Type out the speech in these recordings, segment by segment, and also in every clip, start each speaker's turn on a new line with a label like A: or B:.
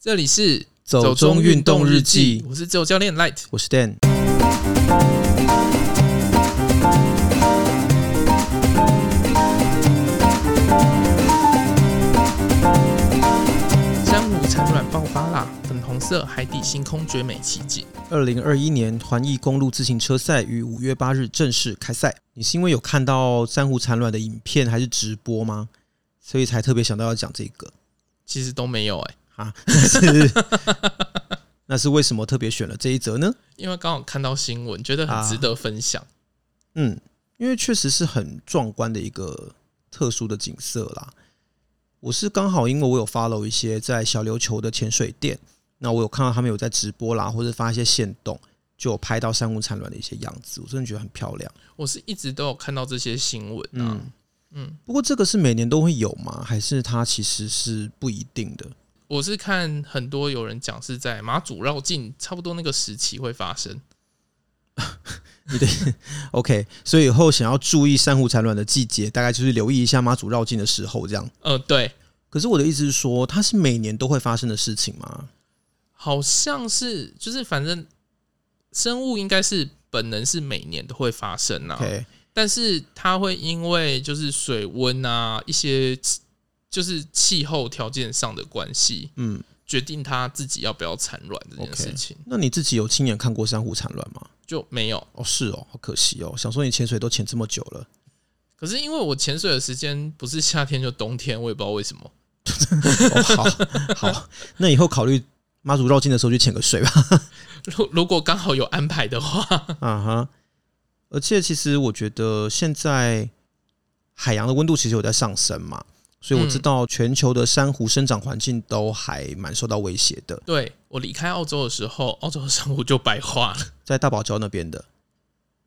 A: 这里是
B: 走中运动日记
A: 我是自由教练 Light。
B: 我是 Dan。
A: 珊瑚产卵爆发啦，粉红色海底星空绝美奇景。
B: 二零二一年环意公路自行车赛于五月八日正式开赛。你是因为有看到珊瑚产卵的影片还是直播吗？所以才特别想到要讲这个
A: 其实都没有哎、
B: 啊？ 是，那是为什么特别选了这一则呢？
A: 因为刚好看到新闻，觉得很值得分享。
B: 嗯，因为确实是很壮观的一个特殊的景色啦。我是刚好因为我有 follow 一些在小琉球的潜水店，那我有看到他们有在直播啦，或者发一些线动，就有拍到珊瑚产卵的一些样子，我真的觉得很漂亮。
A: 我是一直都有看到这些新闻啊。
B: 嗯
A: 嗯，
B: 不过这个是每年都会有吗？还是它其实是不一定的？
A: 我是看很多有人讲是在马祖绕境差不多那个时期会发生。
B: OK，所以以后想要注意珊瑚产卵的季节，大概就是留意一下妈祖绕境的时候这样。
A: 呃，对，
B: 可是我的意思是说，它是每年都会发生的事情吗？
A: 好像是就是反正生物应该是本能是每年都会发生啊。
B: ？OK，
A: 但是它会因为就是水温啊一些气就是气候条件上的关系，
B: 嗯，
A: 决定它自己要不要产卵这件
B: OK
A: 事情
B: 那你自己有亲眼看过珊瑚产卵吗？
A: 就没有。
B: 哦，是哦，好可惜哦。想说你潜水都潜这么久了，
A: 可是因为我潜水的时间不是夏天就冬天，我也不知道为什么。
B: 哦，好好，那以后考虑妈祖绕境的时候去潜个 水吧。
A: 如如果刚好有安排的话，
B: 啊哈，而且其实我觉得现在海洋的温度其实有在上升嘛，所以我知
A: 嗯
B: 道全球的珊瑚生长环境都还蛮受到威胁的，
A: 对我离开澳洲的时候，澳洲的生物就白化了。
B: 在大堡礁那边的。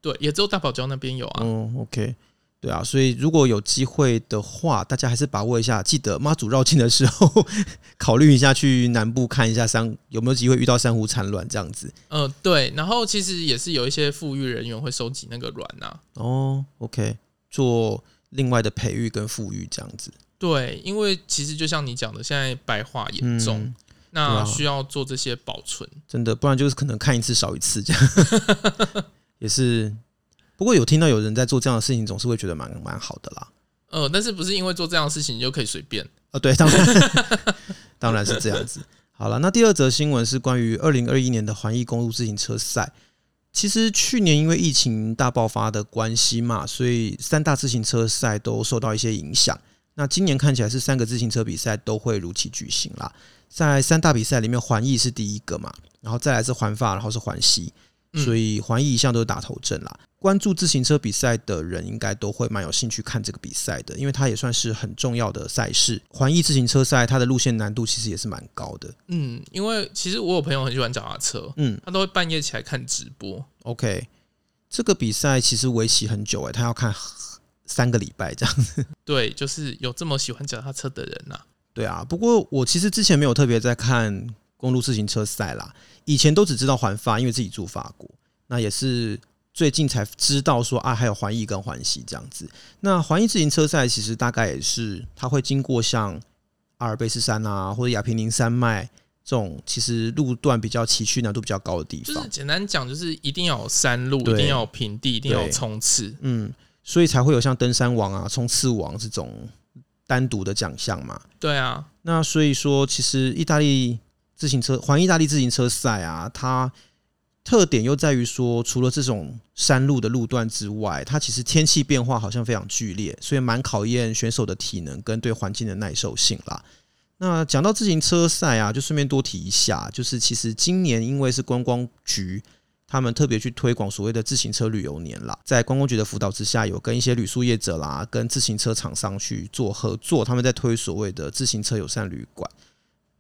A: 对，也只有大堡礁那边有啊。
B: 嗯，OK，对啊，所以如果有机会的话，大家还是把握一下，记得妈祖绕境的时候 考虑一下去南部看一下珊有没有机会遇到珊瑚产卵这样子。
A: 嗯、对。然后其实也是有一些富裕人员会收集那个卵啊。
B: 哦，OK，做另外的培育跟富裕这样子。
A: 对，因为其实就像你讲的，现在白化严
B: 嗯，
A: 重，
B: 对
A: 那
B: 啊
A: 需要做这些保存。
B: 真的，不然就是可能看一次少一次这样， 也是。不过有听到有人在做这样的事情，总是会觉得蛮蛮好的啦。
A: 呃，但是不是因为做这样的事情你就可以随便？
B: 啊，对，当然 当然是这样子。好了，那第二则新闻是关于二零二一年的环意公路自行车赛。其实去年因为疫情大爆发的关系嘛，所以三大自行车赛都受到一些影响。那今年看起来是三个自行车比赛都会如期举行啦。在三大比赛里面，环意是第一个嘛，然后再来是环法，然后是环西，
A: 嗯
B: 所以环意一向都是打头阵啦。关注自行车比赛的人应该都会蛮有兴趣看这个比赛的，因为它也算是很重要的赛事。环意自行车赛它的路线难度其实也是蛮高的。
A: 嗯，因为其实我有朋友很喜欢脚踏车，
B: 嗯
A: 他都会半夜起来看直播。
B: ，OK，这个比赛其实为期很久诶、欸它要看三个礼拜这样。
A: 对，就是有这么喜欢脚踏车的人呐、
B: 对啊，不过我其实之前没有特别在看公路自行车赛啦，以前都只知道环法，因为自己住法国，那也是最近才知道说啊，还有环意跟环西这样子。那环意自行车赛其实大概也是它会经过像阿尔卑斯山啊，或者亚平宁山脉这种其实路段比较崎岖、难度比较高的地
A: 就
B: 方
A: 是，简单讲，就是一定要有山路，
B: 对
A: 一定要有平地，一定要有
B: 对
A: 冲刺。
B: 嗯，所以才会有像登山王啊、冲刺王这种单独的奖项嘛。
A: 对啊，
B: 那所以说，其实意大利自行车环意大利自行车赛啊，它特点又在于说，除了这种山路的路段之外，它其实天气变化好像非常剧烈，所以蛮考验选手的体能跟对环境的耐受性啦。那讲到自行车赛啊，就顺便多提一下，就是其实今年因为是观光局。他们特别去推广所谓的自行车旅游年啦，在观光局的辅导之下，有跟一些旅宿业者啦，跟自行车厂商去做合作，他们在推所谓的自行车友善旅馆。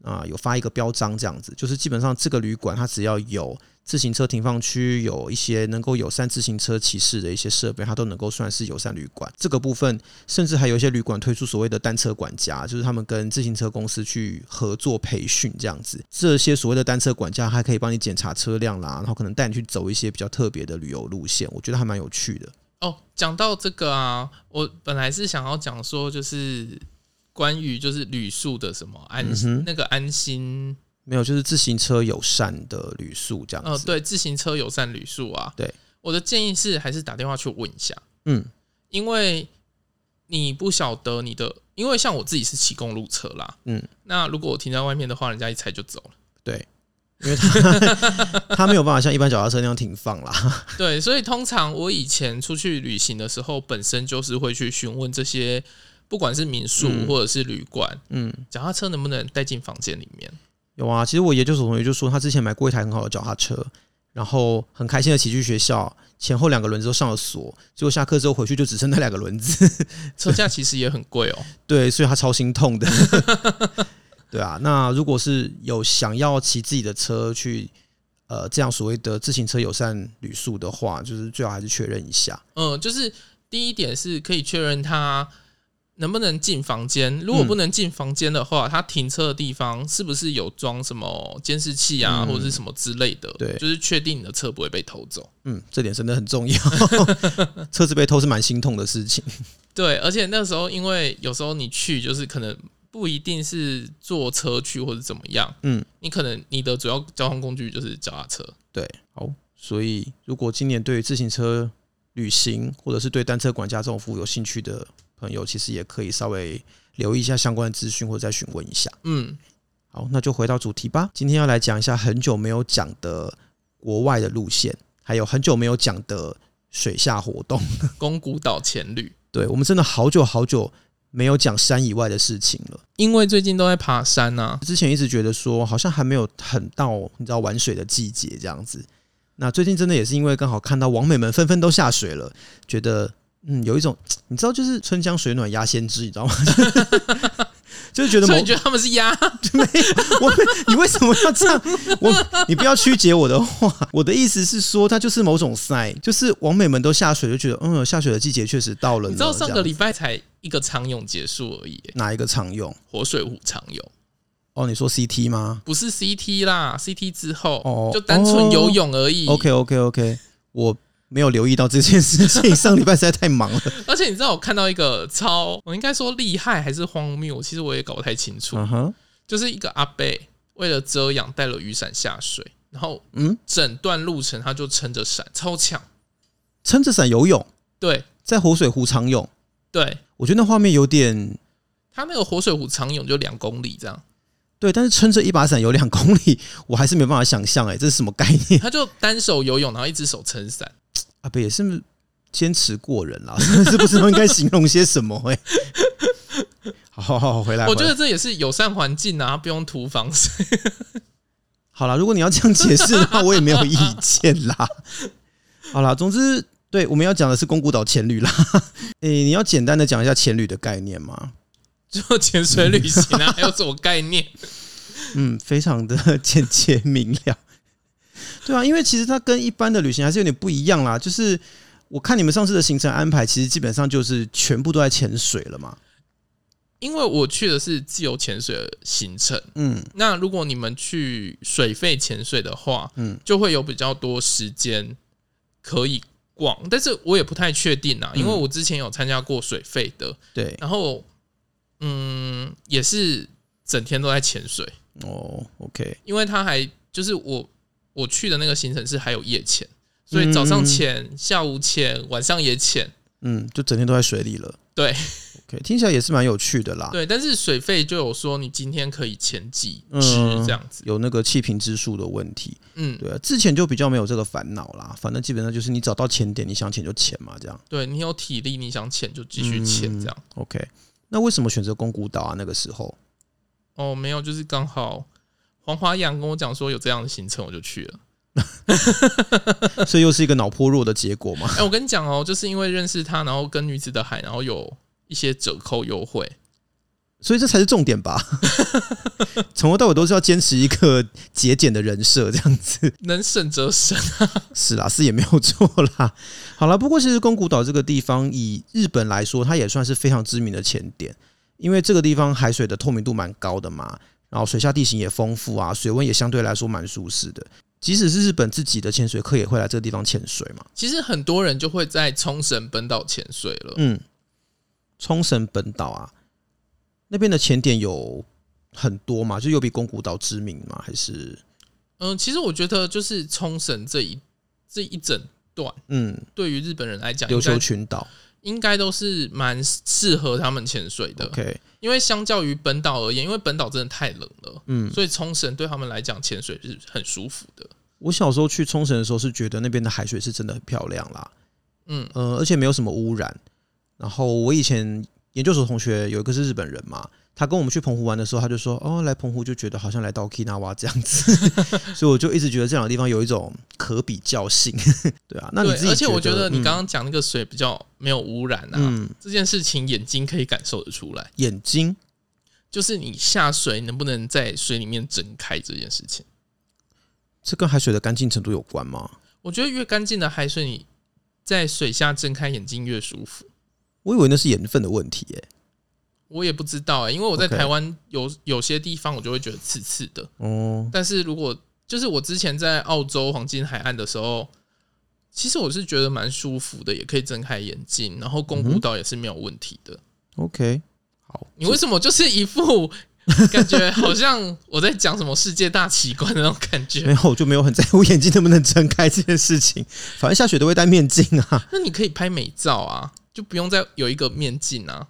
B: 啊，有发一个标章这样子，就是基本上这个旅馆它只要有自行车停放区，有一些能够友善自行车骑士的一些设备，它都能够算是友善旅馆。这个部分甚至还有一些旅馆推出所谓的单车管家，就是他们跟自行车公司去合作培训这样子。这些所谓的单车管家，还可以帮你检查车辆啦，然后可能带你去走一些比较特别的旅游路线，我觉得还蛮有趣的。
A: 哦，讲到这个啊，我本来是想要讲说，就是关于就是旅宿的什么安、
B: 嗯哼
A: 那个安心
B: 没有，就是自行车友善的旅宿这样子。
A: 呃，对，自行车友善旅宿啊。
B: 对，
A: 我的建议是还是打电话去问一下，
B: 嗯，
A: 因为你不晓得你的，因为像我自己是骑公路车啦，
B: 嗯，
A: 那如果我停在外面的话，人家一踩就走了。
B: 因为它它没有办法像一般脚踏车那样停放啦。
A: 对，所以通常我以前出去旅行的时候，本身就是会去询问这些，不管是民宿
B: 嗯
A: 或者是旅馆，
B: 嗯，
A: 脚踏车能不能带进房间里面？
B: 有啊，其实我研究所同学就说，他之前买过一台很好的脚踏车，然后很开心的骑去学校，前后两个轮子都上了锁，结果下课之后回去就只剩那两个轮子，
A: 车价其实也很贵哦。
B: 对，所以他超心痛的。 对啊，那如果是有想要骑自己的车去，呃，这样所谓的自行车友善旅宿的话，就是最好还是确认一下。
A: 嗯，就是第一点是可以确认它能不能进房间，如
B: 嗯
A: 果不能进房间的话，它停车的地方是不是有装什么监视器啊，
B: 嗯
A: 或者是什么之类的？
B: 对
A: 就是确定你的车不会被偷走。
B: 嗯，这点真的很重要。 车子被偷是蛮心痛的事情。
A: 对，而且那时候因为有时候你去就是可能不一定是坐车去或者怎么样，
B: 嗯，
A: 你可能你的主要交通工具就是脚踏车。
B: 对，好，所以如果今年对于自行车旅行或者是对单车管家这种服务有兴趣的朋友，其实也可以稍微留意一下相关的资讯，或者再询问一下。
A: 嗯，
B: 好，那就回到主题吧。今天要来讲一下很久没有讲的国外的路线，还有很久没有讲的水下活动。
A: 宫古岛前旅，
B: 对我们真的好久好久没有讲山以外的事情了。
A: 因为最近都在爬山啊呐、
B: 之前一直觉得说好像还没有很到你知道玩水的季节这样子。那最近真的也是因为刚好看到网美们纷纷都下水了，觉得嗯有一种你知道就是春江水暖鸭先知，你知道吗？ 就是觉得
A: 所
B: 某
A: 以你觉得他们是鸭？
B: 我 你为什么要这样？我你不要曲解我的话，我的意思是说，它就是某种赛，就是网美们都下水就觉得嗯下水的季节确实到了呢。
A: 你知道上个
B: 这样
A: 礼拜才一个长泳结束而已、
B: 哪一个常用？
A: 活水湖长泳，
B: 哦，你说 CT 吗？
A: 不是 CT 啦，CT 之后、
B: 哦
A: 就单纯游泳而已。
B: OK OK OK，我没有留意到这件事情， 上礼拜实在太忙了。
A: 而且你知道我看到一个超，我应该说厉害还是荒谬，其实我也搞不太清楚。
B: 嗯哼，
A: 就是一个阿伯为了遮阳带了雨伞下水，然后
B: 嗯，
A: 整段路程他就撑着伞，超强。
B: 撑着伞游泳，
A: 对
B: 在活水湖长泳，
A: 对，
B: 我觉得那画面有点
A: 他那个活水湖长泳就两公里这样，
B: 对，但是撑着一把伞游两公里，我还是没办法想象，哎，这是什么概念？
A: 他就单手游泳，然后一只手撑伞。
B: 阿啊北也是坚持过人啦， 是不是应该形容些什么？哎，好好好，回来，
A: 我觉
B: 回来
A: 得这也是友善环境啊，不用涂防晒。
B: 好啦，如果你要这样解释的话，我也没有意见啦。好啦，总之，对我们要讲的是宫古岛潜旅啦。诶、你要简单的讲一下潜旅的概念吗？
A: 就潜水旅行 啊，还有什么概念？
B: 嗯，非常的简洁明了。对啊，因为其实它跟一般的旅行还是有点不一样啦。就是我看你们上次的行程安排，其实基本上就是全部都在潜水了嘛。
A: 因为我去的是自由潜水的行程，
B: 嗯，
A: 那如果你们去水肺潜水的话，
B: 嗯
A: 嗯，就会有比较多时间可以逛，但是我也不太确定
B: 嗯
A: 啊，因为我之前有参加过水肺的，
B: 对，
A: 然后嗯，也是整天都在潜水，
B: 哦，OK，
A: 因为他还就是我我去的那个行程是还有夜潜，所以早上潜、下午潜、晚上也潜，
B: 嗯，就整天都在水里了。
A: 对
B: ，OK，听起来也是蛮有趣的啦。
A: 对，但是水肺就有说你今天可以潜几
B: 嗯
A: 只这样子，
B: 有那个气瓶之数的问题。
A: 嗯，
B: 对啊，之前就比较没有这个烦恼啦。反正基本上就是你找到潜点，你想潜就潜嘛，这样。
A: 对你有体力，你想潜就继续潜这样。
B: OK，那为什么选择宫古岛啊？那个 时候
A: 哦，没有，就是刚好黄华阳跟我讲说有这样的行程，我就去了。
B: 所以又是一个脑波弱的结果嘛。
A: 哎、我跟你讲哦，就是因为认识他，然后跟女子的海，然后有一些折扣优惠。
B: 所以这才是重点吧。 从头到尾都是要坚持一个节俭的人设，这样子
A: 能省则省，
B: 是啦，是也没有错啦。好啦，不过其实宫古岛这个地方，以日本来说，它也算是非常知名的潜点，因为这个地方海水的透明度蛮高的嘛，然后水下地形也丰富啊，水温也相对来说蛮舒适的。即使是日本自己的潜水客，也会来这个地方潜水嘛。
A: 其实很多人就会在冲绳本岛潜水
B: 嗯
A: 了。
B: 嗯，冲绳本岛啊，那边的潜点有很多嘛？就有比宫古岛知名吗？还是
A: 嗯，其实我觉得就是冲绳这一这一整段，
B: 嗯，
A: 对于日本人来讲，应
B: 琉球
A: 该
B: 群岛
A: 应该都是蛮适合他们潜水的，
B: ？OK，
A: 因为相较于本岛而言，因为本岛真的太冷了，
B: 嗯，
A: 所以冲绳对他们来讲潜水是很舒服的。
B: 我小时候去冲绳的时候是觉得那边的海水是真的很漂亮啦，
A: 嗯
B: 呃，而且没有什么污染。然后我以前研究所同学有一个是日本人嘛，他跟我们去澎湖玩的时候，他就说，哦，来澎湖就觉得好像来到 Okinawa 这样子， 所以我就一直觉得这两个地方有一种可比较性， 对啊。那你
A: 对
B: 自己，
A: 而且我觉得你
B: 嗯
A: 刚刚讲那个水比较没有污染啊，
B: 嗯
A: 这件事情眼睛可以感受得出来，
B: 眼睛
A: 就是你下水能不能在水里面睁开这件事情。
B: 这跟海水的干净程度有关吗？
A: 我觉得越干净的海水，你在水下睁开眼睛越舒服。
B: 我以为那是盐分的问题、耶。
A: 我也不知道哎、因为我在
B: OK
A: 台湾有有些地方我就会觉得刺刺的，
B: 哦，
A: 但是如果就是我之前在澳洲黄金海岸的时候，其实我是觉得蛮舒服的，也可以睁开眼睛，然后宫古岛也是没有问题的。
B: OK，好，
A: 你为什么就是一副感觉好像我在讲什么世界大奇观的那种感
B: 没
A: 觉？
B: 有，我就没有很 在乎眼睛能不能睁开这件事情。反正下雪都会戴面镜啊，
A: 那你可以拍美照啊，就不用再有一个面镜啊。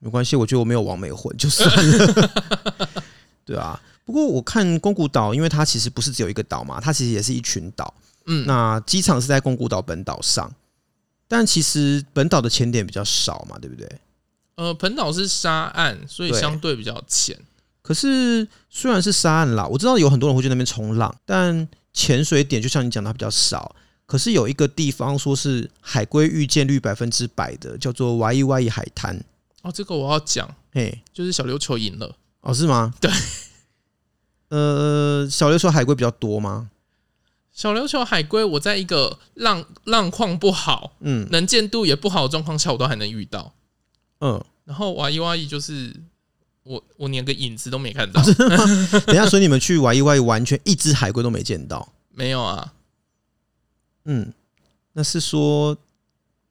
B: 没关系，我觉得我没有完美魂就算了。 对啊，不过我看宫古岛，因为它其实不是只有一个岛嘛，它其实也是一群岛。
A: 嗯
B: 那机场是在宫古岛本岛上，但其实本岛的潜点比较少嘛，对不对？
A: 呃，彭岛是沙岸，所以
B: 对
A: 相对比较浅。
B: 可是虽然是沙岸啦，我知道有很多人会去那边冲浪，但潜水点就像你讲的它比较少。可是有一个地方说是海龟遇见率百分之百的，叫做 Y E Y 海滩。
A: 哦，这个我要讲，
B: 嘿，
A: 就是小琉球赢了。
B: 哦，是吗？
A: 对。
B: 呃，小刘说海龟比较多吗？
A: 小琉球海龟，我在一个浪浪况不好、
B: 嗯
A: 能见度也不好的状况下，我都还能遇到。
B: 嗯，
A: 然后哇伊哇伊就是我，我连个影子都没看 到，
B: 等一下，所以你们去 Y E Y 完全一只海龟都没见到。
A: 没有啊。
B: 嗯，那是说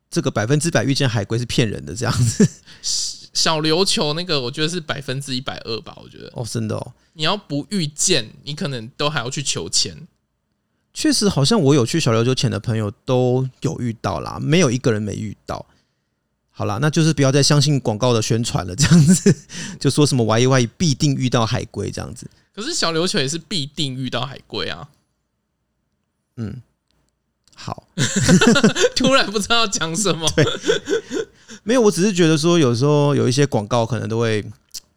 B: 这个百分之百遇见海龟是骗人的这样子
A: 小琉球那个，我觉得是百分之一百二吧。我觉得
B: 哦，真的哦。
A: 你要不遇见，你可能都还要去求签。
B: 确实，好像我有去小琉球潜的朋友都有遇到啦，没有一个人没遇到。好啦，那就是不要再相信广告的宣传了，这样子 就说什么 Y Y 必定遇到海龟这样子。
A: 可是小琉球也是必定遇到海龟 啊！
B: 嗯，好，
A: 突然不知道讲什 么，
B: 没有，我只是觉得说有时候有一些广告可能都会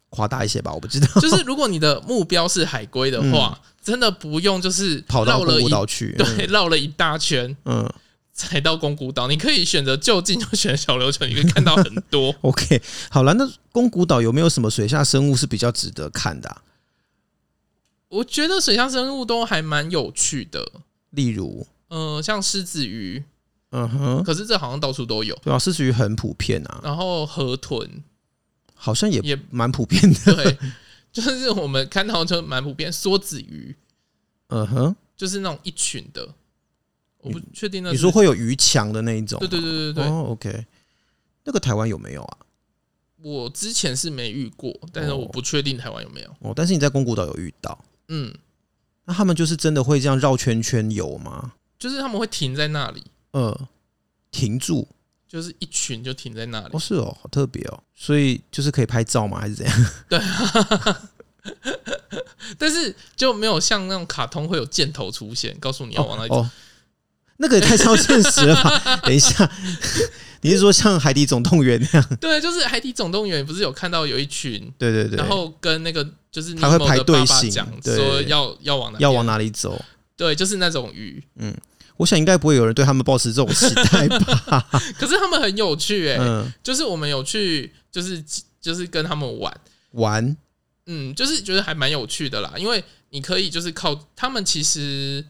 B: 夸大一些吧，我不知道。
A: 就是如果你的目标是海龟的话，真的不用就是
B: 嗯跑
A: 绕
B: 到宫
A: 了
B: 古
A: 一
B: 岛嗯去，
A: 对绕了一大圈
B: 嗯，嗯。
A: 才到宫古岛。你可以选择就近就选小琉球，你可以看到很多
B: ，OK，好了，那宫古岛有没有什么水下生物是比较值得看的啊、
A: 我觉得水下生物都还蛮有趣的，
B: 例如，
A: 嗯、像狮子鱼，
B: 嗯哼，
A: 可是这好像到处都有。
B: 对啊，狮子鱼很普遍啊，
A: 然后河豚
B: 好像也
A: 也
B: 蛮普遍的。
A: 对，就是我们看到就蛮普遍，梭子鱼
B: 嗯哼，
A: 就是那种一群的，我不确定那是
B: 你说会有鱼墙的那一种吗？
A: 对对对对对，
B: 哦，OK，那个台湾有没有啊？
A: 我之前是没遇过，但
B: 哦
A: 是我不确定台湾有没有。
B: 哦，但是你在宫古岛有遇到，
A: 嗯，
B: 那他们就是真的会这样绕圈圈游吗？
A: 就是他们会停在那里，
B: 呃，停住
A: 就是一群就停在那里
B: 哦，。是哦，好特别哦，所以就是可以拍照吗？还是怎样？
A: 但是就没有像那种卡通会有箭头出现，告诉你 要往哪里走。
B: 哦，那个也太超现实了 吧？等一下， 你是说像《海底总动员》 那样？
A: 对，就是《海底总动员》不是有看到有一群，
B: 对对对，
A: 然后跟那个就是
B: 他会
A: Nemo
B: 排
A: 的
B: 队
A: 爸爸
B: 形
A: 讲
B: 对
A: 说要要往哪
B: 要
A: 边
B: 往哪里走？
A: 对，就是那种鱼。
B: 我想应该不会有人对他们抱持这种期待 吧？
A: 可是他们很有趣哎、
B: 嗯，
A: 就是我们有去，就是就是跟他们玩，
B: 玩，
A: 嗯，就是觉得还蛮有趣的啦，因为你可以就是靠他们，其实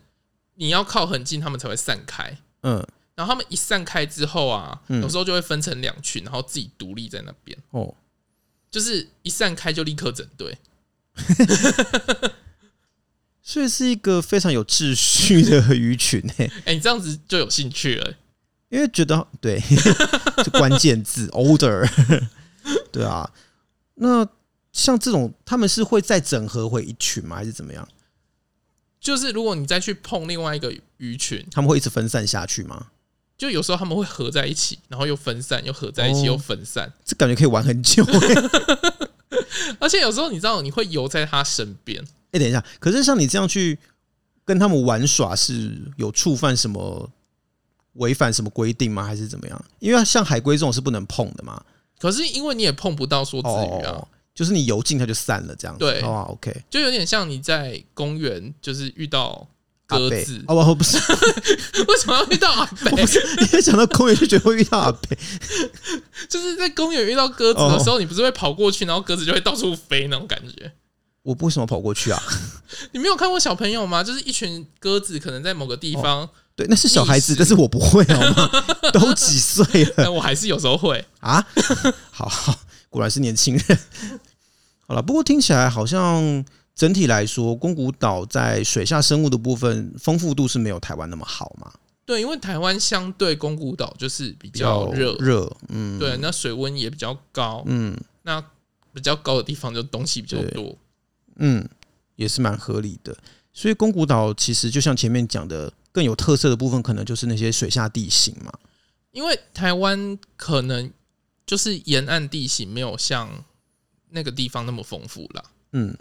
A: 你要靠很近，他们才会散开。
B: 嗯，
A: 然后他们一散开之后啊，
B: 嗯
A: 有时候就会分成两群，然后自己独立在那边，
B: 哦，
A: 就是一散开就立刻整队。
B: 所以是一个非常有秩序的鱼群诶、
A: 哎，你这样子就有兴趣了。
B: 因为觉得对， 就关键字 order，对啊。那像这种他们是会再整合回一群吗？还是怎么样？
A: 就是如果你再去碰另外一个鱼群，
B: 他们会一直分散下去吗？
A: 就有时候他们会合在一起，然后又分散，又合在一起，
B: 哦
A: 又分散。
B: 这感觉可以玩 很久、欸。
A: 而且有时候你知道，你会游在他身边，
B: 哎、等一下，可是像你这样去跟他们玩耍，是有触犯什么违反什么规定吗？还是怎么样？因为像海龟这种是不能碰的嘛。
A: 可是因为你也碰不到说子鱼啊，
B: 哦，就是你游进它就散了这样子。
A: 对
B: 哦，OK。
A: 就有点像你在公园就是遇到
B: 阿
A: 鸽
B: 贝
A: 子，
B: 哦，不 不是，
A: 为什么要遇到阿 北？
B: 因为讲到公园就觉得会遇到阿贝，
A: 就是在公园遇到鸽子的
B: 哦
A: 时候，你不是会跑过去，然后鸽子就会到处飞那种感觉。
B: 我为什么跑过去啊？
A: 你没有看过小朋友吗？就是一群鸽子可能在某个地方，
B: 对，那是小孩
A: 意
B: 子，
A: 识
B: 但是我不会好吗？都几岁了
A: 但我还是有时候会。
B: 啊？ 好好，果然是年轻人。 好了，不过听起来好像整体来说，宫古岛在水下生物的部分丰富度是没有台湾那么好嘛，
A: 对，因为台湾相对宫古岛就是比
B: 比
A: 较热，
B: 热，嗯，
A: 对，那水温也比较高，
B: 嗯
A: 那比较高的地方就东西比较多。
B: 嗯，也是蛮合理的。所以宫古岛其实就像前面讲的，更有特色的部分可能就是那些水下地形嘛。
A: 因为台湾可能就是沿岸地形没有像那个地方那么丰富啦。
B: 嗯，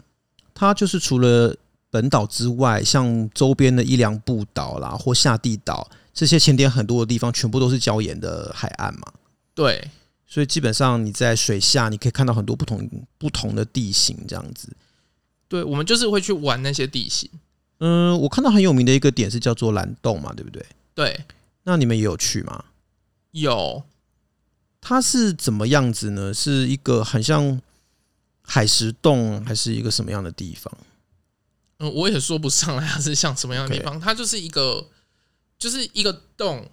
B: 它就是除了本岛之外，像周边的伊良部岛啦或下地岛这些潜点很多的地方，全部都是礁岩的海岸嘛。
A: 对，
B: 所以基本上你在水下，你可以看到很多不同不同的地形这样子。
A: 对，我们就是会去玩那些地形。
B: 嗯，我看到很有名的一个点是叫做蓝洞嘛，对不对？
A: 对，
B: 那你们也有去吗？
A: 有，
B: 它是怎么样子呢？是一个很像海石洞，还是一个什么样的地方？
A: 嗯，我也说不上来它是像什么样的地
B: OK
A: 方它就是一个，就是一个洞，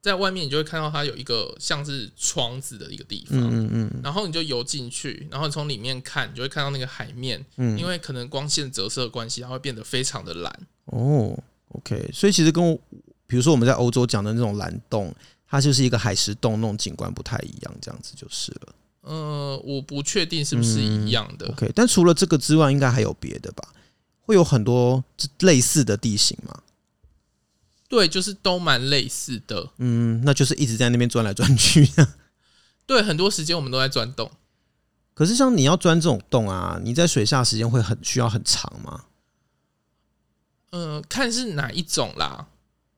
A: 在外面你就会看到它有一个像是窗子的一个地方。
B: 嗯嗯嗯
A: 然后你就游进去，然后你从里面看，你就会看到那个海面，
B: 嗯，
A: 因为可能光线折射的关系，它会变得非常的蓝。
B: 哦，OK，所以其实跟我比如说我们在欧洲讲的那种蓝洞，它就是一个海石洞，那种景观不太一样，这样子就是了。
A: 呃，我不确定是不是一样的。
B: 嗯 OK，但除了这个之外，应该还有别的吧？会有很多这类似的地形嘛？
A: 对，就是都蛮类似的。
B: 嗯，那就是一直在那边钻来钻去。
A: 对，很多时间我们都在钻洞。
B: 可是像你要钻这种洞啊，你在水下时间会很需要很长吗？
A: 呃，看是哪一种啦。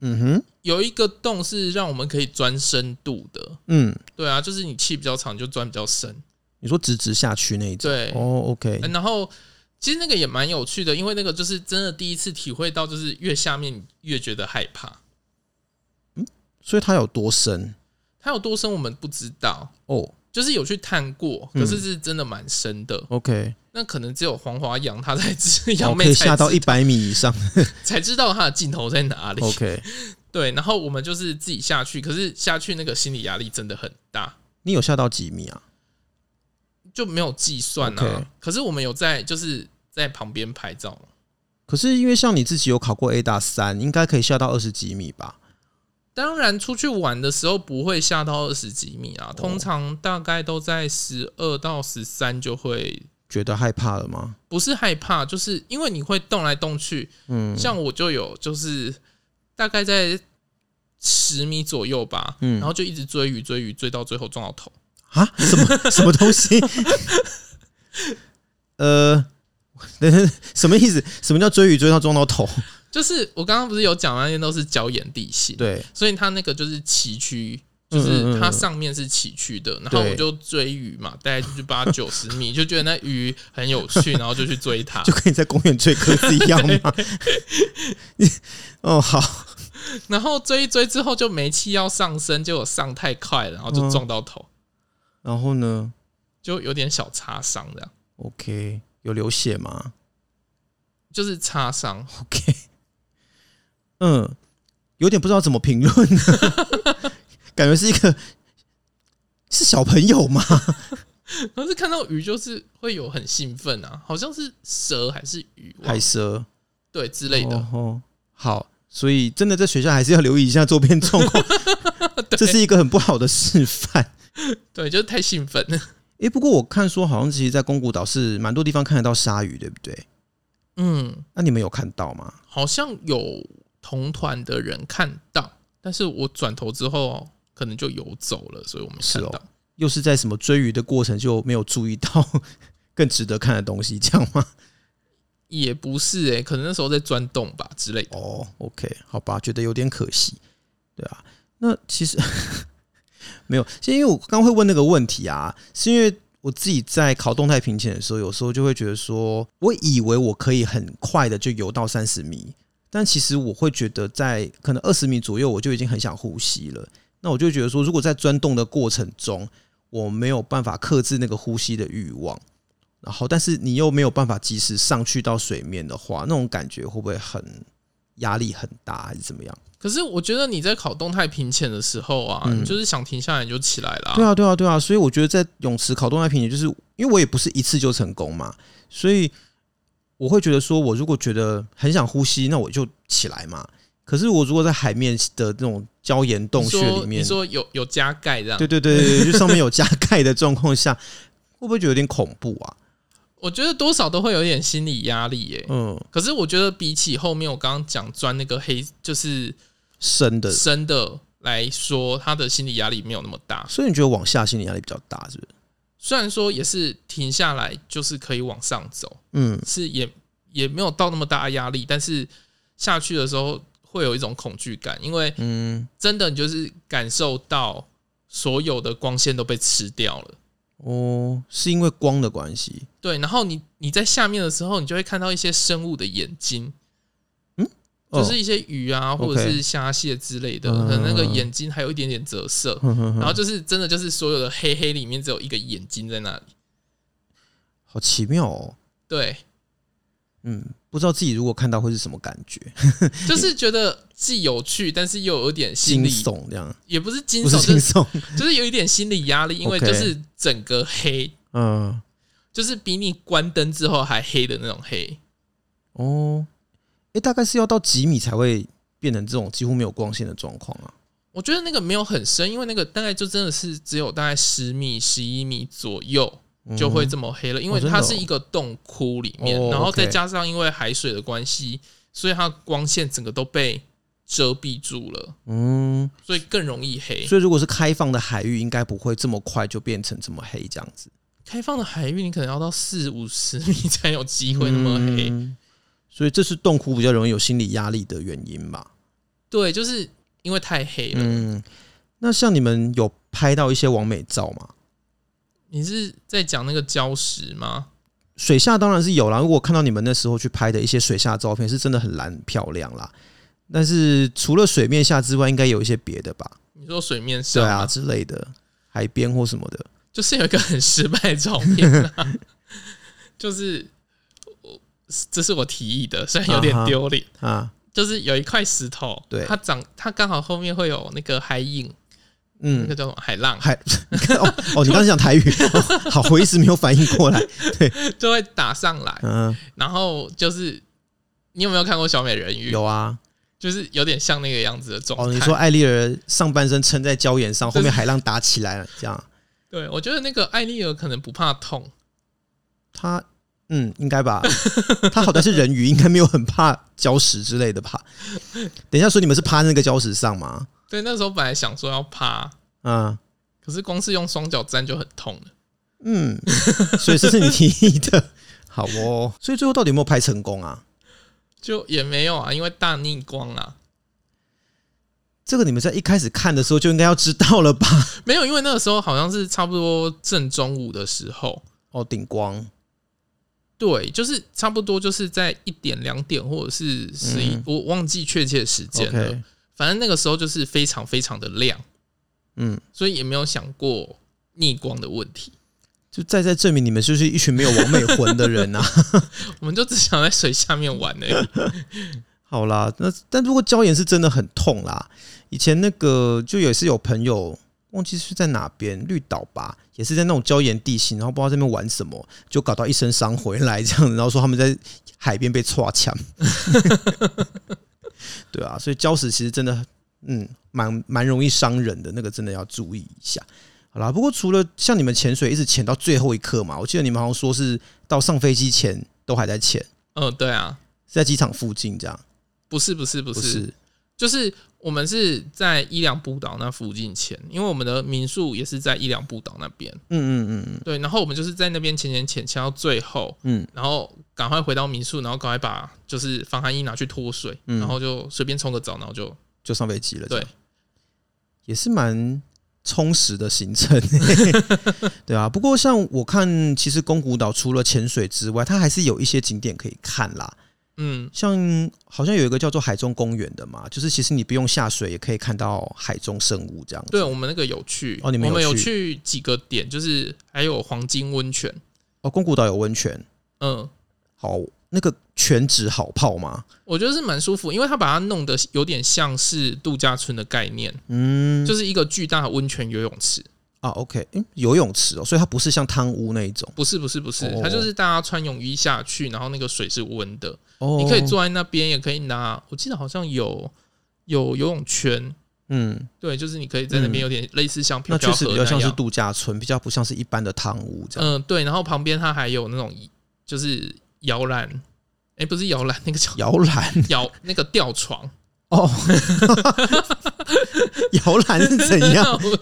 B: 嗯哼，
A: 有一个洞是让我们可以钻深度的，
B: 嗯，
A: 对啊，就是你气比较长你就钻比较深。
B: 你说直直下去那一种？
A: 对，呃
B: 哦，OK，
A: 然后其实那个也蛮有趣的，因为那个就是真的第一次体会到，就是越下面你越觉得害怕。
B: 所以它有多深？
A: 它有多深我们不知道，
B: 哦
A: 就是有去探过，
B: 嗯
A: 可是是真的蛮深的。
B: ，OK，
A: 那可能只有黄华阳他才知，
B: 我
A: 杨
B: 哦可
A: 妹
B: 以
A: 才
B: 下到
A: 知
B: 一百米以上。
A: 才知道他的尽头在哪里。
B: OK，
A: 对，然后我们就是自己下去，可是下去那个心理压力真的很大，
B: 你有下到几米啊？
A: 就没有计算啊。
B: OK
A: 可是我们有在就是在旁边拍照，
B: 可是因为像你自己有考过 A 大三，应该可以下到二十几米吧？
A: 当然出去玩的时候不会下到二十几米
B: 哦
A: 啊，通常大概都在十二到十三就会。
B: 觉得害怕了吗？
A: 不是害怕，就是因为你会动来动去，
B: 嗯
A: 像我就有，就是大概在十米左右吧，
B: 嗯
A: 然后就一直追鱼追鱼，追到最后撞到头。
B: 啊，什 么什么东西？呃， 等等，什么意思？什么叫追鱼追到撞到头？
A: 就是我刚刚不是有讲那些都是礁岩地形，，
B: 对，
A: 所以它那个就是崎岖，
B: 嗯
A: 就是它
B: 嗯嗯
A: 上面是崎岖的，然后
B: 对
A: 我就追鱼 嘛，大概就是八九十米，就觉得那鱼很有趣，然后就去追它
B: 就，跟你在公园追鸽子一样 吗？你 哦，好，
A: 然后追一追之后就没气要上升，结果上太快了，然后就
B: 嗯
A: 撞到头，
B: 然后呢
A: 就有点小擦伤这样。
B: ？OK，有流血吗
A: 就是擦伤，
B: ？OK，嗯，有点不知道怎么评论 呢，感觉是一个是小朋友吗？
A: 可是看到鱼就是会有很兴奋啊，好像是蛇还是鱼忘了，
B: 海蛇
A: 对之类的。
B: 哦哦，好，所以真的在学校还是要留意一下周边 状况，这是一个很不好的示范。
A: 对，就是太兴奋了。
B: 哎、诶、不过我看说好像其实，在宫古岛是蛮多地方看得到鲨鱼，对不对？
A: 嗯，
B: 那、你们有看到吗？
A: 好像有同团的人看到，但是我转头之后可能就游走了，所以我没
B: 是
A: 看
B: 哦
A: 到。
B: 又是在什么追鱼的过程就没有注意到 更值得看的东西，这样吗？
A: 也不是诶、可能那时候在钻洞吧之类的。
B: 哦，OK，好吧，觉得有点可惜，对啊。那其实 没有，是因为我刚会问那个问题啊，是因为我自己在考动态平潜的时候，有时候就会觉得说，我以为我可以很快的就游到三十米，但其实我会觉得在可能二十米左右，我就已经很想呼吸了。那我就会觉得说，如果在钻洞的过程中，我没有办法克制那个呼吸的欲望。然后，但是你又没有办法及时上去到水面的话，那种感觉会不会很压力很大，还是怎么样？
A: 可是我觉得你在考动态平潜的时候啊，
B: 嗯
A: 你就是想停下来你就起来啦。
B: 对啊，对啊，对啊。所以我觉得在泳池考动态平衡，就是因为我也不是一次就成功嘛，所以我会觉得说，我如果觉得很想呼吸，那我就起来嘛。可是我如果在海面的那种礁岩洞
A: 你
B: 穴
A: 说
B: 里面
A: 你，说有有加盖这样
B: 对，对对对对，就上面有加盖的状 况下，会不会觉得有点恐怖啊？
A: 我觉得多少都会有点心理压力耶、
B: 嗯，
A: 可是我觉得比起后面我刚刚讲钻那个黑就是
B: 深的。
A: 深的来说，他的心理压力没有那么大。
B: 所以你觉得往下心理压力比较大，是不是？
A: 虽然说也是停下来就是可以往上走，
B: 嗯，
A: 是也也没有到那么大的压力，但是下去的时候会有一种恐惧感，因为
B: 嗯，
A: 真的你就是感受到所有的光线都被吃掉了。
B: 哦，是因为光的关系，
A: 对，然后你你在下面的时候，你就会看到一些生物的眼睛，就
B: 哦
A: 是一些鱼啊，或者
B: OK
A: 是虾蟹之类的，
B: 嗯
A: 可能那个眼睛还有一点点折射，
B: 哼哼哼
A: 然后就是真的就是所有的黑黑里面只有一个眼睛在那里。
B: 好奇妙哦。
A: 对，
B: 嗯，不知道自己如果看到会是什么感觉，
A: 就是觉得既有趣，但是又有点 心
B: 惊
A: 理，
B: 悚这样，
A: 也不是惊
B: 不是
A: 悚，
B: 惊
A: 就是
B: 悚，
A: 就是有一点心理压力，因为
B: OK
A: 就是整个黑，
B: 嗯，
A: 就是比你关灯之后还黑的那种黑。
B: 哦，诶，大概是要到几米才会变成这种几乎没有光线的状况啊？
A: 我觉得那个没有很深，因为那个大概就真的是只有大概十米、十一米左右
B: 嗯
A: 就会这么黑了，因为
B: 真的
A: 它
B: 哦
A: 是一个洞窟里面，
B: 哦
A: 然后再
B: OK
A: 加上因为海水的关系，所以它光线整个都被遮蔽住了，
B: 嗯，
A: 所以更容易黑。
B: 所以如果是开放的海域，应该不会这么快就变成这么黑这样子，
A: 开放的海域，你可能要到四五十米才有机会那么黑。
B: 嗯所以这是洞窟比较容易有心理压力的原因吧？
A: 对，就是因为太黑了。
B: 嗯，那像你们有拍到一些完美照吗？
A: 你是在讲那个礁石吗？
B: 水下当然是有啦，如果看到你们那时候去拍的一些水下照片，是真的很蓝漂亮啦。但是除了水面下之外，应该有一些别的吧？
A: 你说水面
B: 对
A: 上吗
B: 啊之类的，海边或什么的。
A: 就是有一个很失败的照片、啊， 就是我这是我提议的，虽然有点丢脸，
B: 啊，
A: 就是有一块石头，
B: 对
A: 它长它刚好后面会有那个海影，那
B: 嗯
A: 个，叫什么海浪，
B: 海 你看哦哦，你刚才讲台语， 哦好，我一时没有反应过来。
A: 就会打上来，
B: 嗯，
A: 然后就是你有没有看过小美人鱼？
B: 有啊。
A: 就是有点像那个样子的状态。
B: 哦，你说艾丽儿上半身撑在礁岩上，
A: 就是
B: 后面海浪打起来了，这样。
A: 对，我觉得那个艾丽儿可能不怕痛，
B: 她嗯，应该 吧。她好歹是人鱼，应该没有很怕礁石之类的吧？等一下，说你们是趴那个礁石上吗？
A: 对，那时候本来想说要趴，
B: 嗯。
A: 可是光是用双脚站就很痛了。
B: 嗯， 所以这是你提议的， 好哦。所以最后到底有没有拍成功啊？
A: 就也没有啊，因为大逆光啊，
B: 这个你们在一开始看的时候就应该要知道了吧？
A: 没有，因为那个时候好像是差不多正中午的时候，
B: 哦，顶光，
A: 对，就是差不多就是在一点、两点或者是十一、
B: 嗯
A: 我忘记确切时间了。
B: OK
A: 反正那个时候就是非常非常的亮，
B: 嗯，
A: 所以也没有想过逆光的问题，
B: 就再再证明你们就是一群没有完美魂的人啊。
A: 我们就只想在水下面玩而已。
B: 好啦，那但如果礁岩是真的很痛啦，以前那个就也是有朋友忘记是在哪边绿岛吧，也是在那种礁岩地形，然后不知道在那边玩什么，就搞到一身伤回来这样子，然后说他们在海边被戳枪。 对啊，所以礁石其实真的，嗯，蛮蛮容易伤人的，那个真的要注意一下。好啦，不过除了像你们潜水一直潜到最后一刻嘛，我记得你们好像说是到上飞机前都还在潜，
A: 嗯，对啊，
B: 是在机场附近这样，
A: 不是不是不
B: 不
A: 是，
B: 是？
A: 就是我们是在伊良部岛那附近潜，因为我们的民宿也是在伊良部岛那边。
B: 嗯嗯嗯
A: 对，然后我们就是在那边潜潜潜潜到最后，
B: 嗯
A: 然后赶快回到民宿，然后赶快把就是防寒衣拿去脱水，
B: 嗯
A: 然后就随便冲个澡，然后就
B: 嗯，就上飞机了。
A: 对，
B: 也是蛮充实的行程，对啊。不过像我看，其实宫古岛除了潜水之外，它还是有一些景点可以看啦。
A: 嗯
B: 像好像有一个叫做海中公园的嘛，就是其实你不用下水也可以看到海中生物这样子。
A: 对我们那个有去，
B: 哦你们
A: 我们
B: 有
A: 有
B: 去
A: 去几个点，就是还有黄金温泉，
B: 哦，宫古岛有温泉，
A: 嗯，
B: 好，那个全脂好泡吗？
A: 我觉得是蛮舒服，因为它把它弄得有点像是度假村的概念，
B: 嗯，
A: 就是一个巨大的温泉游泳池，
B: 啊，OK，嗯，游泳池哦，所以它不是像汤屋那一种，
A: 不是不是不是，
B: 哦
A: 它就是大家穿泳衣下去，然后那个水是温的，
B: 哦
A: 你可以，坐在那边，也可以拿，我记得好像有有游泳圈，
B: 嗯，
A: 对，就是你可以在那边有点类似像漂
B: 那确
A: 漂
B: 实
A: 河
B: 比较
A: 那
B: 像是
A: 样，
B: 度假村，比较不像是一般的汤屋这样。
A: 嗯，对，然后旁边它还有那种就是摇篮，哎，不是摇篮，那个叫
B: 摇篮
A: 摇那个吊床，
B: 哦，摇篮 是怎 样？
A: 我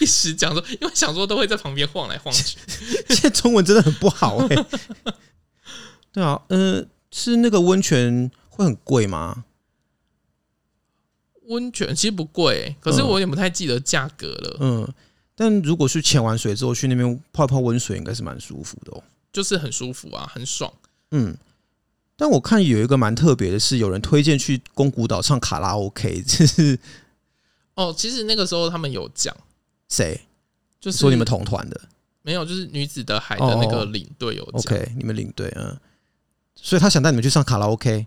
A: 一时讲说，因为想说都会在旁边晃来晃 去，
B: 现在中文真的很不好哎、对啊，呃，是那个温泉会很贵吗？
A: 温泉其实不贵，可是
B: 嗯
A: 我有点不太记得价格了，
B: 嗯，但如果去潜完水之后去那边泡一泡温水，应该是蛮舒服的哦。
A: 就是很舒服啊，很爽。
B: 嗯，但我看有一个蛮特别的是，有人推荐去宫古岛唱卡拉 OK，这 是
A: 哦，其实那个时候他们有讲，
B: 谁？
A: 就是
B: 说你们同团的
A: 没有，就是女子的海的那
B: 哦
A: 个领队有讲，
B: ，OK，你们领队，嗯，所以他想带你们去唱卡拉 OK，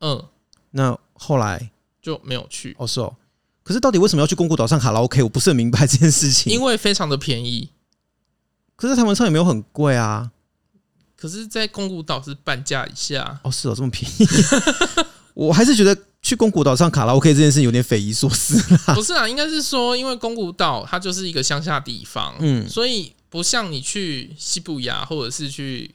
A: 嗯，
B: 那后来
A: 就没有去，
B: 哦是哦，可是到底为什么要去宫古岛上卡拉 OK？我不是很明白这件事情。
A: 因
B: 为
A: 为非常的便宜，
B: 可是台湾唱也没有很贵啊，
A: 可是，在宫古岛是半价以下。
B: 哦是哦，这么便宜， 我还是觉得去宫古岛上卡拉 OK 这件事有点匪夷所思 啦。
A: 不是啊，应该是说，因为宫古岛它就是一个乡下地方，
B: 嗯
A: 所以不像你去西布牙或者是去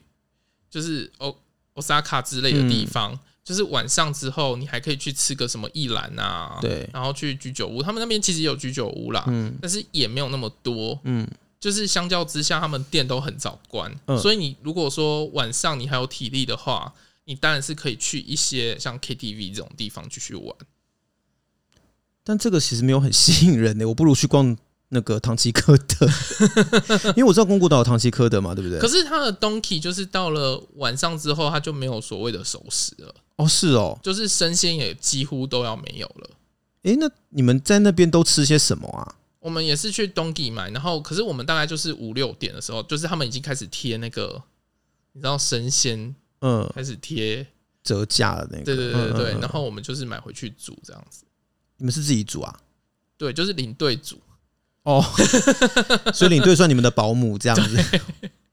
A: 就是欧欧萨卡之类的
B: 嗯
A: 地方，就是晚上之后你还可以去吃个什么一兰啊，，
B: 对，
A: 然后去居酒屋，他们那边其实也有居酒屋啦，
B: 嗯
A: 但是也没有那么多，
B: 嗯，
A: 就是相较之下，他们店都很早关，
B: 嗯
A: 所以你如果说晚上你还有体力的话，你当然是可以去一些像 KTV 这种地方继续玩。
B: 但这个其实没有很吸引人呢、欸我不如去逛那个唐吉诃德， 因为我知道宫古岛有唐吉诃德嘛，对不对？
A: 可是它的 Donkey 就是到了晚上之后，它就没有所谓的熟食了，
B: 哦是哦，
A: 就是生鲜也几乎都要没有了。
B: 诶，那你们在那边都吃些什么啊？
A: 我们也是去 Donkey 买，然后可是我们大概就是五六点的时候，就是他们已经开始贴那个，你知道生鲜
B: 嗯，
A: 开始贴，
B: 折价的那个，
A: 对对对对对
B: 嗯嗯嗯
A: 然后我们就是买回去煮这样子，
B: 你们是自己煮啊？
A: 对，就是领队煮，
B: 哦，所以领队算你们的保姆这样子，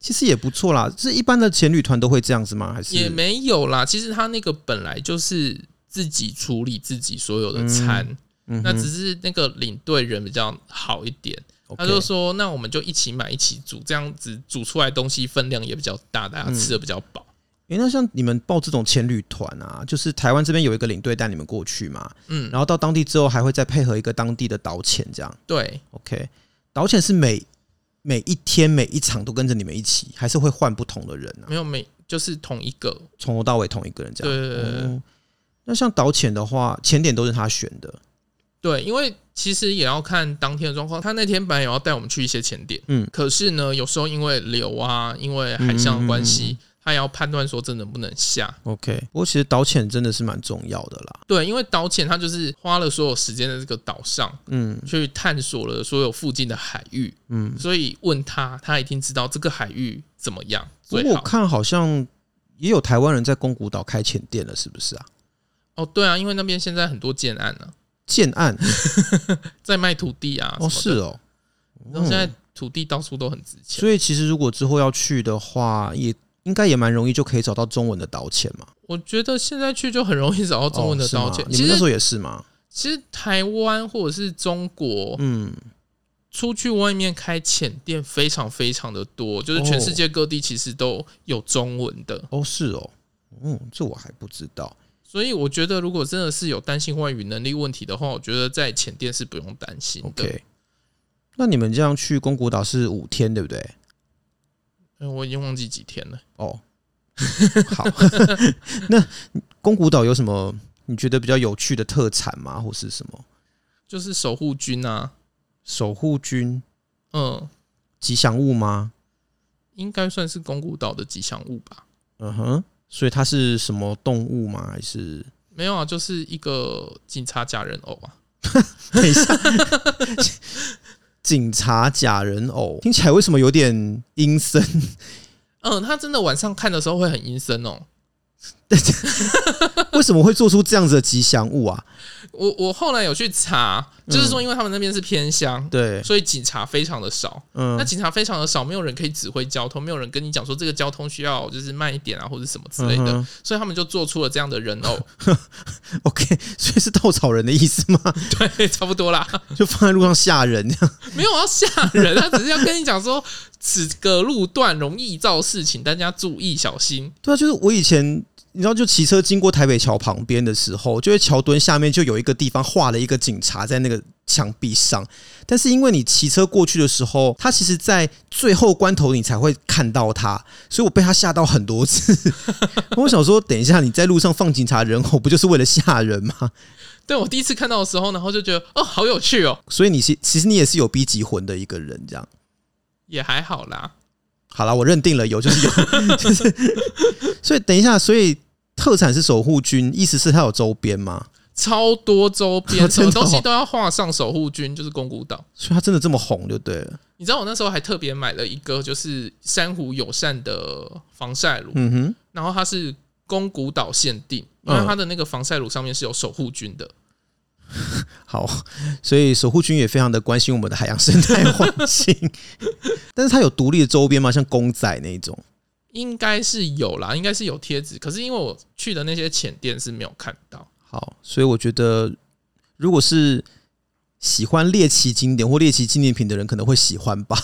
B: 其实也不错啦。是一般的前旅团都会这样子吗？还是
A: 也没有啦，其实他那个本来就是自己处理自己所有的餐，
B: 嗯哼
A: 那只是那个领队人比较好一点，他就
B: OK
A: 说那我们就一起买一起煮，这样子煮出来东西分量也比较大，大家吃的比较饱。
B: 诶，那像你们报这种前旅团啊，就是台湾这边有一个领队带你们过去嘛，
A: 嗯
B: 然后到当地之后还会再配合一个当地的导潜，这样
A: 对，
B: OK？导潜是每每一天每一场都跟着你们一起，还是会换不同的人啊？
A: 没有没就是同一个，
B: 从头到尾同一个人这
A: 对
B: 样。
A: 对对对
B: 哦，那像导潜的话，潜点都是他选的，
A: 对，因为其实也要看当天的状况。他那天本来也要带我们去一些潜点，
B: 嗯
A: 可是呢，有时候因为流啊，因为海象的关
B: 嗯
A: 系，他也要判断说这能不能下。
B: OK，不过其实导潜真的是蛮重要的啦。
A: 对，因为导潜他就是花了所有时间在这个岛上
B: 嗯
A: 去探索了所有附近的海域，
B: 嗯，
A: 所以问他，他一定知道这个海域怎么样
B: 不
A: 最
B: 哦过我
A: 好。
B: 看好像也有台湾人在宫古岛开潜店了，是不是啊？
A: 哦，对啊，因为那边现在很多建案啊，
B: 建案
A: 在卖土地啊，
B: 哦，是，哦，
A: 然后现在土地到处都很值钱。
B: 所以其实如果之后要去的话，也应该也蛮容易就可以找到中文的导潜嘛。
A: 我觉得现在去就很容易找到中文的
B: 哦是吗
A: 道歉。
B: 你
A: 其
B: 们那
A: 实
B: 时候也是吗？
A: 其实台湾或者是中国，
B: 嗯，
A: 出去外面开浅店非常非常的多，就是全世界各地其实都有中文的，
B: 哦，是哦，嗯，这我还不知道。
A: 所以我觉得如果真的是有担心外语能力问题的话，我觉得在浅店是不用担心的。
B: OK，那你们这样去宫古岛是五天，对不对？
A: 哎我已经忘记几天了。
B: 哦， 好。 那宫古岛有什么你觉得比较有趣的特产吗？或是什么
A: 就是守护军啊，
B: 守护军
A: 嗯，
B: 吉祥物吗？
A: 应该算是宫古岛的吉祥物吧？
B: 嗯哼，所以它是什么动物吗？还是
A: 没有啊，就是一个警察假人偶啊。
B: 等一下，警察假人偶听起来为什么有点阴 森？
A: 嗯，他真的晚上看的时候会很阴森哦。
B: 为什么会做出这样子的吉祥物啊？
A: 我我后来有去查，就是说因为他们那边是偏乡，
B: 对，
A: 所以警察非常的少。那
B: 嗯，
A: 警察非常的少，没有人可以指挥交通，没有人跟你讲说这个交通需要就是慢一点啊，或者什么之类的，
B: 嗯
A: 所以他们就做出了这样的人偶，
B: OK，所以是稻草人的意思吗？
A: 对，差不 多啦，
B: 就放在路上吓人这样？
A: 没有要啊吓人，他只是要跟你讲说此个路段容易造事情，大家注意小心。
B: 对啊，就是我以前。你知道，就骑车经过台北桥旁边的时候，就会桥墩下面就有一个地方画了一个警察在那个墙壁上，但是因为你骑车过去的时候，他其实在最后关头你才会看到他，所以我被他吓到很多次。 我想说，等一下你在路上放警察人偶，不就是为了吓人吗？
A: 对我第一次看到的时候，然后就觉得哦，好有趣哦，
B: 所以你是其实你也是有逼急魂的一个人，这样。
A: 也还好啦。
B: 好了，我认定了有就是有， 就是。所以等一下，所以特产是守护军，意思是它有周边吗？
A: 超多周边，什
B: 真
A: 么
B: 的哦
A: 东西都要画上守护军，就是宫古岛。
B: 所以它真的这么红就对了。
A: 你知道我那时候还特别买了一个就是珊瑚友善的防晒乳，
B: 嗯哼，
A: 然后它是宫古岛限定，因
B: 嗯
A: 为它的那个防晒乳上面是有守护菌的。
B: 好，所以守护军也非常的关心我们的海洋生态环境， 但是它有独立的周边吗？像公仔那一种？
A: 应该是有啦，应该是有贴纸，可是因为我去的那些浅店是没有看到。
B: 好，所以我觉得如果是喜欢猎奇经典或猎奇纪念品的人，可能会喜欢吧。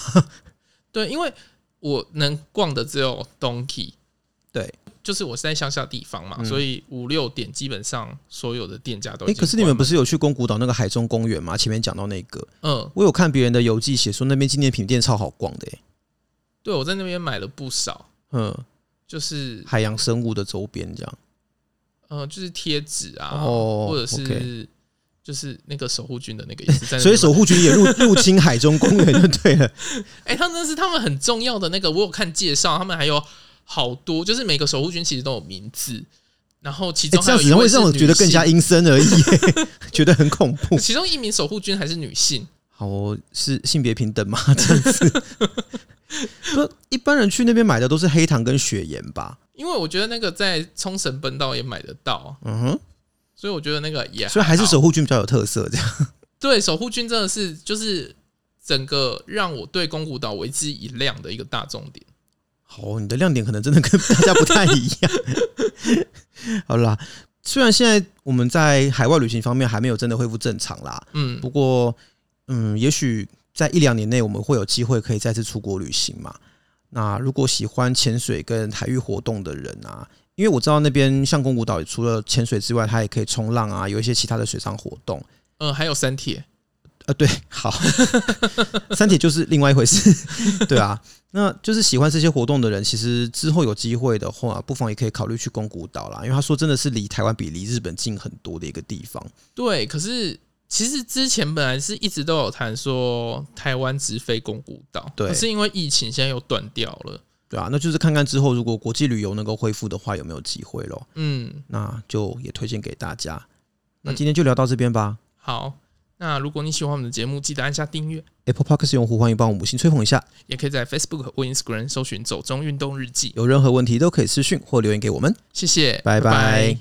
A: 对，因为我能逛的只有 Donkey，
B: 对，
A: 就是我是在乡下地方嘛，
B: 嗯
A: 所以五六点基本上所有的店家都已经
B: 诶，
A: 关门。
B: 可是你们不
A: 是
B: 是有去宫古岛那个海中公园吗？前面讲到那个，
A: 嗯，
B: 我有看别人的游记写说那边纪念品店超好逛的、欸，
A: 对我在那边买了不少，
B: 嗯，
A: 就是
B: 海洋生物的周边这样。
A: 呃，就是贴纸啊，
B: 哦
A: 或者是。
B: OK
A: 就是那个守护军的那个也是在那边买，
B: 所以守护局也入入侵海中公园就对了。
A: 哎、他们是他们很重要的那个，我有看介绍，他们还有好多，就是每个守护军其实都有名字，然后其
B: 欸
A: 中、还
B: 这样
A: 有
B: 子
A: 一位
B: 会
A: 是
B: 让我
A: 女
B: 觉得更加
A: 性
B: 阴森而已、 欸觉得很恐怖。
A: 其中一名守护军还是女性，
B: 好、哦，是性别平 等吗？这样子，不，一般人去那边买的都是黑糖跟雪盐吧？
A: 因为我觉得那个在冲绳本岛也买得到，
B: 嗯哼，
A: 所以我觉得那个也
B: 所以还是
A: 好
B: 守护军比较有特色。这样，
A: 对守护军真的是就是整个让我对宫古岛为之一亮的一个大重点。
B: 好、你的亮点可能真的跟大家不太一样。 好啦，虽然现在我们在海外旅行方面还没有真的恢复正常啦，
A: 嗯，
B: 不过，嗯，也许在一两年内，我们会有机会可以再次出国旅行嘛。那如果喜欢潜水跟海域活动的人啊，因为我知道那边像宫古岛除了潜水之外，它也可以冲浪啊，有一些其他的水上活动。
A: 嗯，还有三铁，
B: 呃，对，好， 三铁就是另外一回事，对啊。那就是喜欢这些活动的人，其实之后有机会的话，不妨也可以考虑去宫古岛啦，因为他说真的是离台湾比离日本近很多的一个地方。
A: 对，可是。其实之前本来是一直都有谈说台湾直飞宫古岛，
B: 对
A: 可是因为疫情现在又断掉了，
B: 对啊，那就是看看之后如果国际旅游能够恢复的话，有没有机会咯。
A: 嗯，
B: 那就也推荐给大家。那今天就聊到这边吧。
A: 好，那如果你喜欢我们的节目，记得按下订阅，
B: Apple Podcast 用户欢迎帮我们五星吹捧一下，
A: 也可以在 Facebook 或 Instagram 搜寻“走中运动日记
B: 有任何问题都可以私讯或留言给我们。”。
A: 谢谢，
B: 拜拜